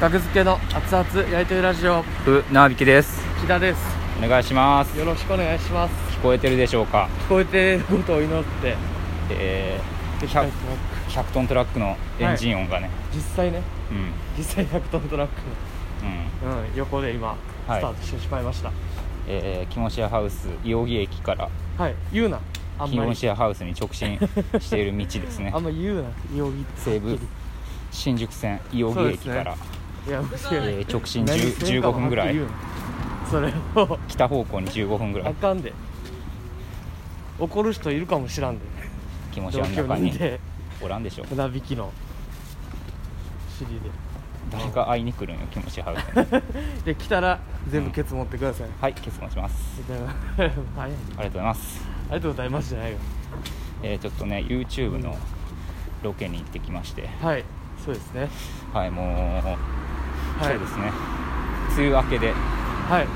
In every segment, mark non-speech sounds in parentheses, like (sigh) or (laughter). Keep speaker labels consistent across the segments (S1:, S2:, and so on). S1: 格付けの熱々焼いてるラジオ
S2: ふなびきです
S1: 木田です
S2: お願いします
S1: よろしくお願いします
S2: 聞こえてるでしょうか
S1: 聞こえていることを祈って
S2: えー、100, 100トントラックのエンジン音がね、
S1: 実際ね
S2: うん
S1: 実際100トントラック
S2: うん
S1: の、うん、横で今スタ
S2: はい
S1: ートしてしまいましたはい、
S2: えー、キモシアハウス伊オ木駅から
S1: 言うなあん
S2: キ
S1: ま
S2: モ
S1: り
S2: シアハウスに直進している道ですね
S1: あんまり言うな容疑
S2: 西武新宿線伊オ木駅から、
S1: いやむしろ
S2: えー直進
S1: 何
S2: 10
S1: してんか
S2: 15
S1: も
S2: 分ぐらい
S1: はっきり言うなそれを
S2: 北方向に15分ぐら
S1: あ
S2: い
S1: かんで怒る人いるかもしらんで
S2: キモシ
S1: 状
S2: アの
S1: 況
S2: 中
S1: に
S2: に
S1: いて
S2: おらんでしょ
S1: 船引きの尻で
S2: 誰か会いに来るんよキモシアハウスに
S1: で来たら全部ケツ持ってください、
S2: はい結論します
S1: みたいなはいあり
S2: ありがとうございます
S1: がとうございますじゃないよ
S2: えー、ちょっとね YouTube のロケに行ってきまして
S1: はいそうですね
S2: はいもう、
S1: はい
S2: そうですね梅雨明けで
S1: はい
S2: 梅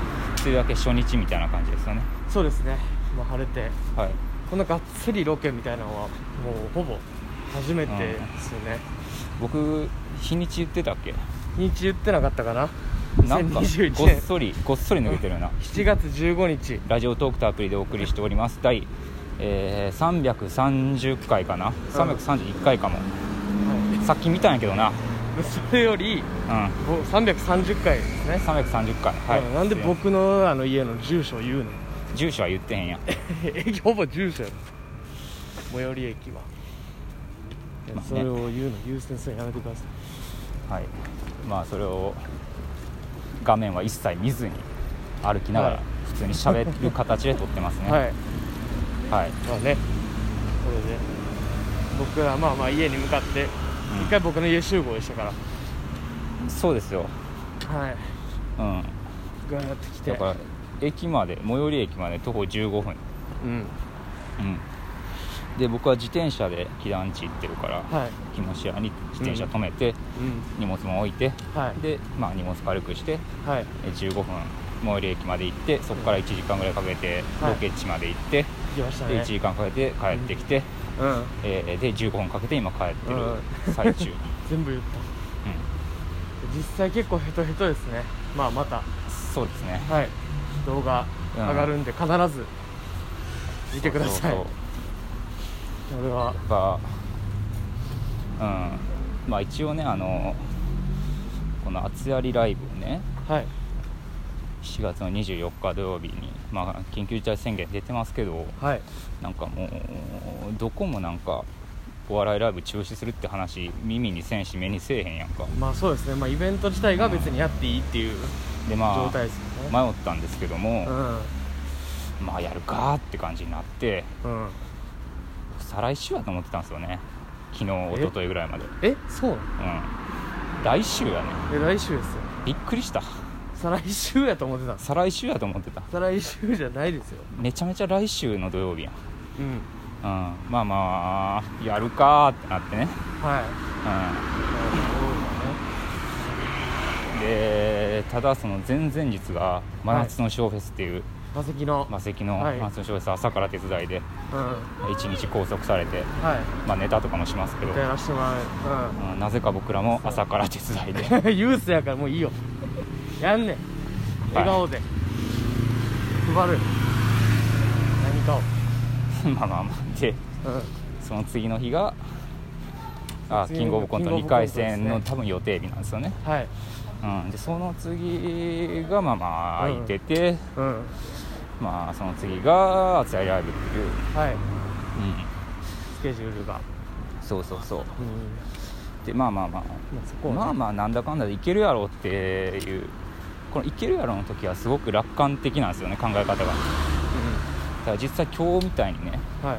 S2: 雨明け初日みたいな感じですよね
S1: そうですねもう晴れて
S2: はい
S1: こんながっつりロケみたいなのはもうほぼ初めてですよね、
S2: 僕日にち言ってたっけ
S1: 日言ってなかったかな
S2: なんか
S1: 2021
S2: ごっ
S1: 年
S2: そりごっそり抜けてるな
S1: 7月15日
S2: ラジオトークとアプリでお送りしております第、えー、330回かな331回かも、
S1: は
S2: さっき見たんやけどな
S1: いそれより
S2: うん
S1: ぼ330回ですね、
S2: 330回はい、
S1: うんなんで僕のあの家の住所を (laughs) 言うの
S2: 住所は言ってへんやん
S1: 駅ほぼ住所やろ最寄り駅は、いや
S2: まあね
S1: それを言うの優先するのやめてください
S2: はい、まあそれを画面は一切見ずに歩きなが
S1: はい
S2: ら普通に喋る形で撮ってます
S1: (laughs)
S2: ね
S1: はい
S2: はい、
S1: まあねこれで僕はまあまあ家に向かって
S2: うん
S1: 一回僕の家集合でしたから、
S2: そうですよ、
S1: はい
S2: うん、
S1: ガーってきて
S2: だから駅まで最寄り駅まで徒歩15分、
S1: うん
S2: うん、で僕は自転車で木田んち行ってるから
S1: はい
S2: 日の市屋に自転車止めて、
S1: うん
S2: 荷物も置いて
S1: はい
S2: で、まあ、荷物軽くして
S1: はい
S2: え15分最寄り駅まで行ってそこから1時間ぐらいかけて
S1: はい
S2: ロケ地まで行って、
S1: 行きました
S2: で1
S1: ね
S2: 時間かけて帰ってきて、
S1: うん
S2: えーで15分かけて今帰ってる最中、
S1: 全部言った
S2: う
S1: 実際結構ヘトヘトですねまあまた
S2: ん、そうですね
S1: はい動画上がるんで必ず見てください
S2: そうそう
S1: 俺は
S2: そうがうんまあ一応ねあのこの「厚やりライブ」をね
S1: はい
S2: 7月の24日土曜日に、まあ、緊急事態宣言出てますけど
S1: はい
S2: なんかもうどこもなんかお笑いライブ中止するって話耳にせんし目にせえへんやんか
S1: まあそうですねまあイベント自体が別にやっていいっていう
S2: でま
S1: 状
S2: あ
S1: 態ですよね
S2: 迷ったんですけども、まあやるかって感じになって
S1: うんうん
S2: 再来週やと思ってたんですよね昨日一昨日ぐらいまで
S1: えそうなの
S2: うん来週やね
S1: え来週ですよ
S2: びっくりした
S1: 再来週やと思ってたんです
S2: 再来週やと思ってた
S1: 再来週じゃないですよ
S2: めちゃめちゃ来週の土曜日やん、
S1: うん
S2: うん、まあまあやるかーってなってね、
S1: はい
S2: うん、でただその前々日が真夏のショーフェスっていう、
S1: 馬石の
S2: マセキの
S1: はい
S2: 真夏のショーフェス朝から手伝いで
S1: うん
S2: 1日拘束されて、
S1: はい
S2: まあ、ネタとかもしますけど、
S1: やらしてもらう
S2: うん、なぜか僕らも朝から手伝いで (laughs)
S1: うん (laughs) ユースやからもういいよやんねん笑顔で配る何かを
S2: まあまあまあで
S1: う
S2: その次の日があ
S1: 次の日が
S2: キングオブコント
S1: キングオブコント
S2: 2回戦
S1: で
S2: の
S1: すね
S2: 多分予定日なんですよね、
S1: んはい
S2: うん、でその次がまあまあ
S1: う
S2: 空
S1: ん
S2: いてて、
S1: うん
S2: まあその次が「熱いライブ」っていう、
S1: はい
S2: うん、
S1: スケジュールが
S2: そうそうそう
S1: うん
S2: でまあまあまあ
S1: まあそこはね
S2: まあまあなんだかんだでいけるやろっていうこのいけるやろの時はすごく楽観的なんですよね考え方がだから実際今日みたいにね
S1: うんはい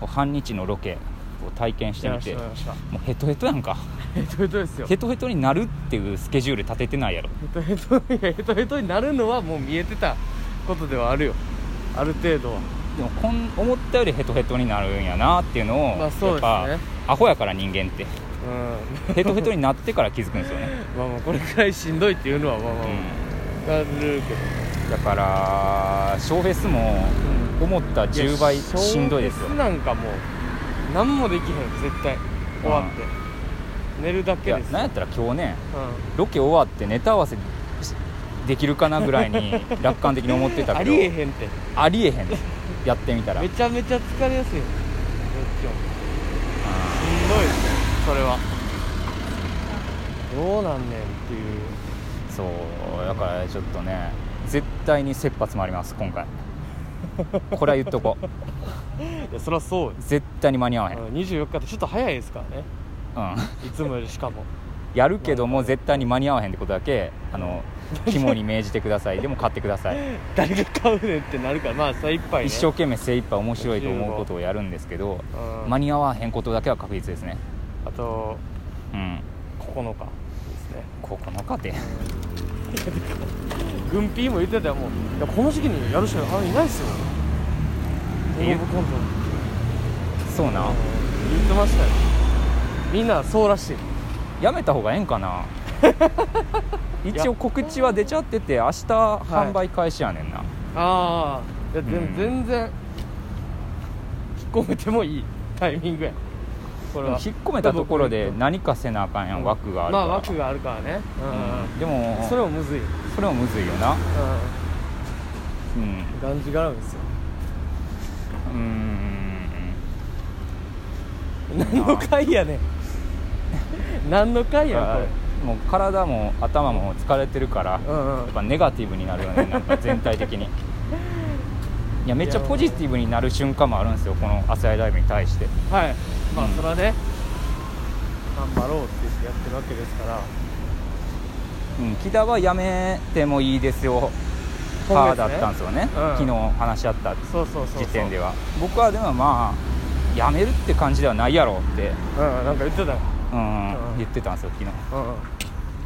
S2: こう半日のロケを体験して
S1: や
S2: み
S1: らしててもらいました (laughs)
S2: もうヘトヘトやんか
S1: ヘトヘトですよヘ
S2: ヘトヘトになるっていうスケジュール立ててないやろ
S1: トヘトいやヘトヘトになるのはもう見えてたことではあるよある程度は
S2: でもこん思ったよりヘトヘトになるんやなっていうのを、
S1: まあそうですね
S2: やっぱアホやから人間って
S1: うん (laughs)
S2: ヘトヘトになってから気づくんですよね、
S1: まあまあこれくらいしんどいっていうのはまあまあわかるけど、
S2: うん、だからショーフェスも思った10倍しんどいですよ
S1: 小説なんかもう何もできへん絶対終わって、寝るだ
S2: い
S1: け
S2: や
S1: です
S2: なんやったら今日ね
S1: う
S2: ロケ終わってネタ合わせしできるかなぐら
S1: (laughs)
S2: いに楽観的に思ってた
S1: ん、
S2: けど
S1: ありえへんって
S2: ありえへんやってみたら
S1: めちゃめちゃ疲れやすいよめっちゃ
S2: あ
S1: しんどいですねそれはどうなんねんっていう
S2: ーそうだからちょっとね絶対に切羽詰まります
S1: (laughs)
S2: 今回これは言っとこう
S1: いやそりゃそうです、
S2: 絶対に間に合わへん、う
S1: うん、24日ってちょっと早いですからね
S2: ん、
S1: いつもよりしかも
S2: やるけども絶対に間に合わへんってことだけあの肝に銘じてくださいでも買ってください、
S1: (laughs) 誰が買うねんってなるからまあ精一杯ね
S2: 一生懸命精一杯面白いと思うことをやるんですけど
S1: うん
S2: 間に合わへんことだけは確実ですね
S1: あと
S2: うん
S1: 9日ですね
S2: 9日
S1: (laughs)
S2: で
S1: 軍ピーも言ってたよもういやこの時期にやる人あんまいないっすよキングオブコント
S2: そうな
S1: 言ってましたよみんなそうらしい
S2: やめた方がええん
S1: (laughs)
S2: かな一応告知は出ちゃってて明日販売開始やねんな、
S1: ああいやで
S2: うん
S1: も全然引っ込めてもいいタイミングやこ
S2: で
S1: れ
S2: も
S1: は
S2: 引っ込めたところで
S1: 僕
S2: 何かせなあかんやん枠があるか
S1: ま
S2: ら、
S1: あ枠があるからねう
S2: で
S1: ん
S2: もそ
S1: それ
S2: れ
S1: もむずい
S2: それもむずいよな
S1: う
S2: うん
S1: んがんじがらみですよ
S2: うーん
S1: 何の回やねん何の回やんこ
S2: もう体も頭も疲れてるから、
S1: れう
S2: や
S1: んうん
S2: っぱネガティブになるよねなんか全
S1: (laughs)
S2: 体的にいやめっちゃポジティブになる瞬間もあるんですよこの朝イライブに対して
S1: はいまあ
S2: うん
S1: それはね頑張ろうって言ってやってるわけですから
S2: うん、木田はやめてもいいですよ
S1: 今
S2: パー
S1: 月ね
S2: だったんですよね
S1: うん
S2: 昨日話し合った
S1: そうそうそうそう
S2: 時点では僕はでもまあやめるって感じではないやろって、
S1: うんなんか言ってたよ
S2: うん
S1: うん
S2: 言ってたんですよ昨日い
S1: うんうん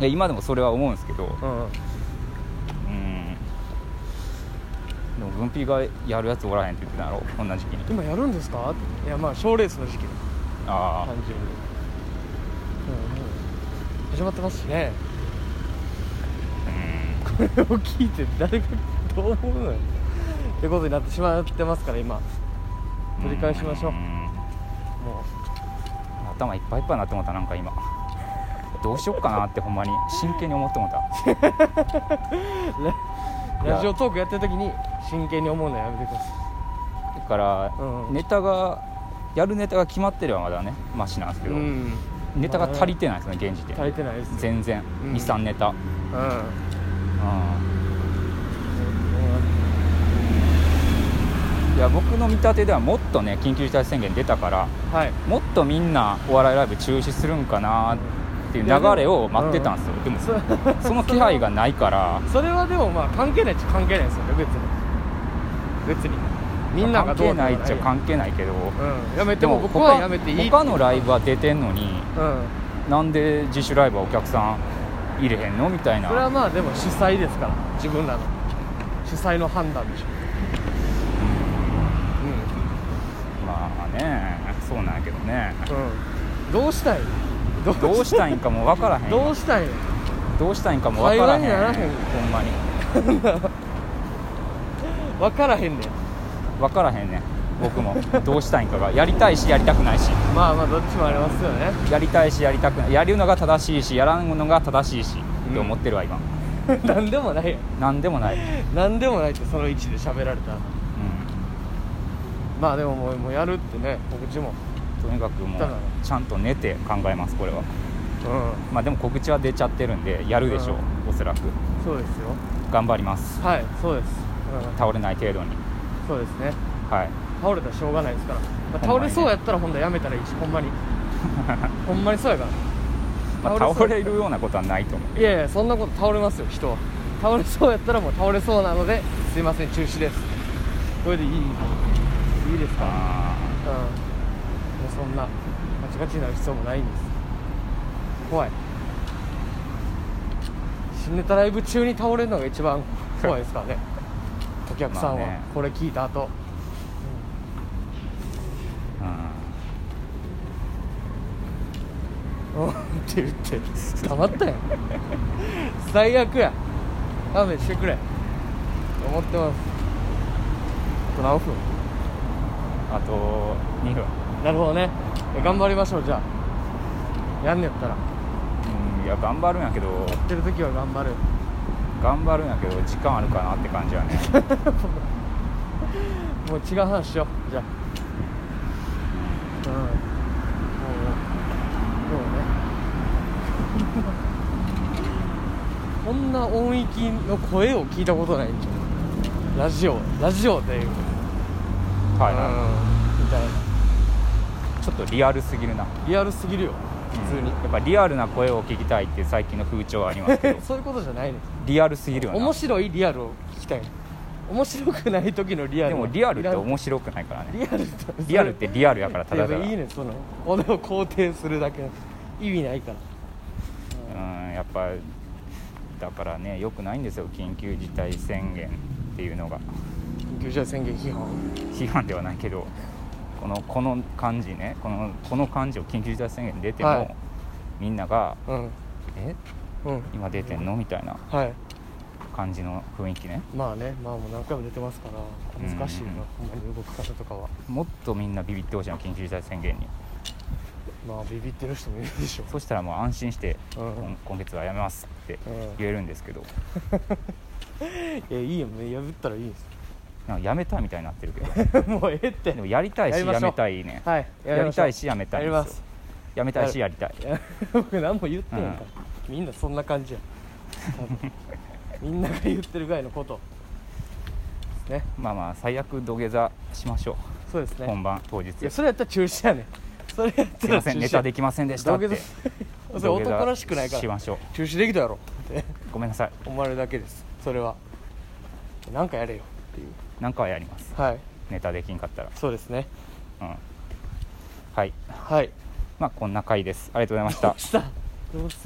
S2: や今でもそれは思うんですけどうん
S1: うんうん
S2: でも軍ピーがやるやつおらへんって言ってたんやろこんな時期に
S1: 今やるんですかっていやまあ賞レースの時期
S2: あ
S1: 単純にうんもう始まってますし
S2: (laughs)
S1: ね
S2: あうん
S1: これを聞いて誰がどう思うのよってことになってしまってますから今取り返しましょうんも
S2: 頭いっぱいいっぱいになってもったなんか今どうしよっかなってほんまに真剣に思ってもった
S1: うラ
S2: いや
S1: ラジオトークやってる時に真剣に思うのやめてくださ
S2: だから、
S1: うん
S2: ネタがやるネタが決まってればまだねマシなんですけ
S1: い
S2: ど、
S1: うん
S2: ネタが足りてないですね現時
S1: 足
S2: 点
S1: りてないですよ
S2: 全然、
S1: うん
S2: 23ネタ、
S1: うん
S2: うん、いや僕の見立てではもっとね緊急事態宣言出たから
S1: はい
S2: もっとみんなお笑いライブ中止するんかなっていう流れを待ってたんですよ、でも
S1: そ
S2: その気配がないから
S1: それはでもまあ関係ないっちゃ関係ないですよね別に別にみんなが
S2: 関
S1: どうと
S2: 係
S1: か
S2: ないっちゃ関係ないけど、
S1: うんやめても僕はやめていい
S2: 他のライブは出てんのに
S1: うん
S2: なんで自主ライブはお客さん入れへんのみたいな
S1: それはまあでも主催ですから自分らの主催の判断でしょ
S2: まあねそうなんやけどね
S1: うん、うん、どうしたいどう
S2: どうしたいんかも分からへん
S1: どう
S2: ど
S1: したい
S2: うしたいんかも分からへん
S1: 会話にならへん
S2: ほんまに
S1: 分からへんねん
S2: 分からへんねん僕もどうしたいんかがやりたいしやりたくないし
S1: まあまあどっちもありますよね (laughs)
S2: やりたいしやりたくないやるのが正しいしやらんのが正しいし、って思ってるわ今
S1: 何でもないよ
S2: 何でもない、うん
S1: 何でもないってその位置で喋られたらまあでももうもうやるってね告知も
S2: とにかくもう
S1: だから
S2: ちゃんと寝て考えますこれは
S1: うん
S2: まあでも告知は出ちゃってるんでやるでしょう、おそらく
S1: そうですよ
S2: 頑張ります
S1: はいそうです、うん、
S2: 倒れない程度に
S1: そうですね
S2: はい
S1: 倒れたらしょうがないですから、まあ
S2: ほん
S1: 倒
S2: まにね
S1: れそうやったらほんとやめたらいいしほんまにほんまにそうやから
S2: (laughs) まあ、
S1: 倒れそう
S2: 倒れるようなことはないと思う
S1: いやいやそんなこと倒れますよ人は倒れそうやったらもう倒れそうなのですいません中止ですこれでいいいいですか
S2: あ
S1: うんもうそんなガチガチになる必要もないんです怖い新ネタライブ中に倒れるのが一番怖いです
S2: (laughs)
S1: からねお客さんは、
S2: まあね
S1: これ聞いた後 (laughs)
S2: ー
S1: うんって言って黙ったやん最悪や勘弁してくれと思ってますあと何分
S2: うんあと2分
S1: なるほどね頑張りましょうじゃあやんねやったら
S2: うんいや頑張るんやけど
S1: やってる時は頑張る
S2: 頑張るんやけど時間あるかなって感じやね
S1: もう違う話しようじゃあうんもうそうね (laughs) こんな音域の声を聞いたことないラジオラジオでいう
S2: はい、
S1: うんみたいな
S2: ちょっとリアルすぎるな
S1: リアルすぎるよ普通に
S2: やっぱリアルな声を聞きたいって最近の風潮はありますけど
S1: そういうことじゃないね
S2: リアルすぎるよな
S1: 面白いリアルを聞きたい面白くない時のリアル
S2: でもリアルって
S1: い
S2: 面白くないからね
S1: リアルって
S2: リアルってリアルやからただただ
S1: いやいいねその俺を肯定するだけ意味ないから
S2: うんやっぱだからねよくないんですよ緊急事態宣言っていうのが
S1: 緊急事態宣言批判
S2: 批判ではないけどこのこの感じねこのこの感じを緊急事態宣言出ても、
S1: はい
S2: みんなが
S1: うん
S2: 「え
S1: うん
S2: 今出てんの?」みたいな
S1: はい
S2: 感じの雰囲気ね
S1: まあねまあもう何回も出てますから難しいな
S2: うん
S1: ほんまに動く方とかは
S2: もっとみんなビビってほしいの緊急事態宣言に
S1: まあビビってる人もいるでしょ
S2: そしたらもう安心して、
S1: うん
S2: 今今月はやめますって
S1: うん
S2: 言えるんですけど、
S1: いやいいよね破ったらいいです (laughs)
S2: なんかやめたみたいになってるけど
S1: もうええって
S2: でもやりたい
S1: やり
S2: し
S1: ましょ
S2: や
S1: う
S2: めたいね
S1: はい
S2: や
S1: ま
S2: り
S1: ょう
S2: たいしやめたいん
S1: やり
S2: で
S1: ます
S2: よ
S1: す (laughs)
S2: やめたいしやりたい
S1: いや僕何も言ってへんから、みんなそんな感じや多分みんなが言ってるぐらいのことね
S2: まあまあ最悪土下座しましょ
S1: そうです
S2: う、
S1: ね
S2: 本番当日
S1: いや
S2: す
S1: それやったら中止やねんそれやった
S2: い
S1: ら
S2: ま
S1: 中
S2: せ
S1: 止 (laughs)
S2: んネタできませんでした
S1: だ
S2: って
S1: けどそれ
S2: 土下座
S1: 男らしくないか
S2: し
S1: ら
S2: ましょ
S1: 中止できたやろって
S2: うごめんなさい
S1: 思われるだけですそれはなんかやれよっていう
S2: なんかはやります
S1: はい
S2: ネタできんかったら
S1: そうですね
S2: うんはい
S1: はい
S2: まあこんな回ですありがとうございました
S1: したどうする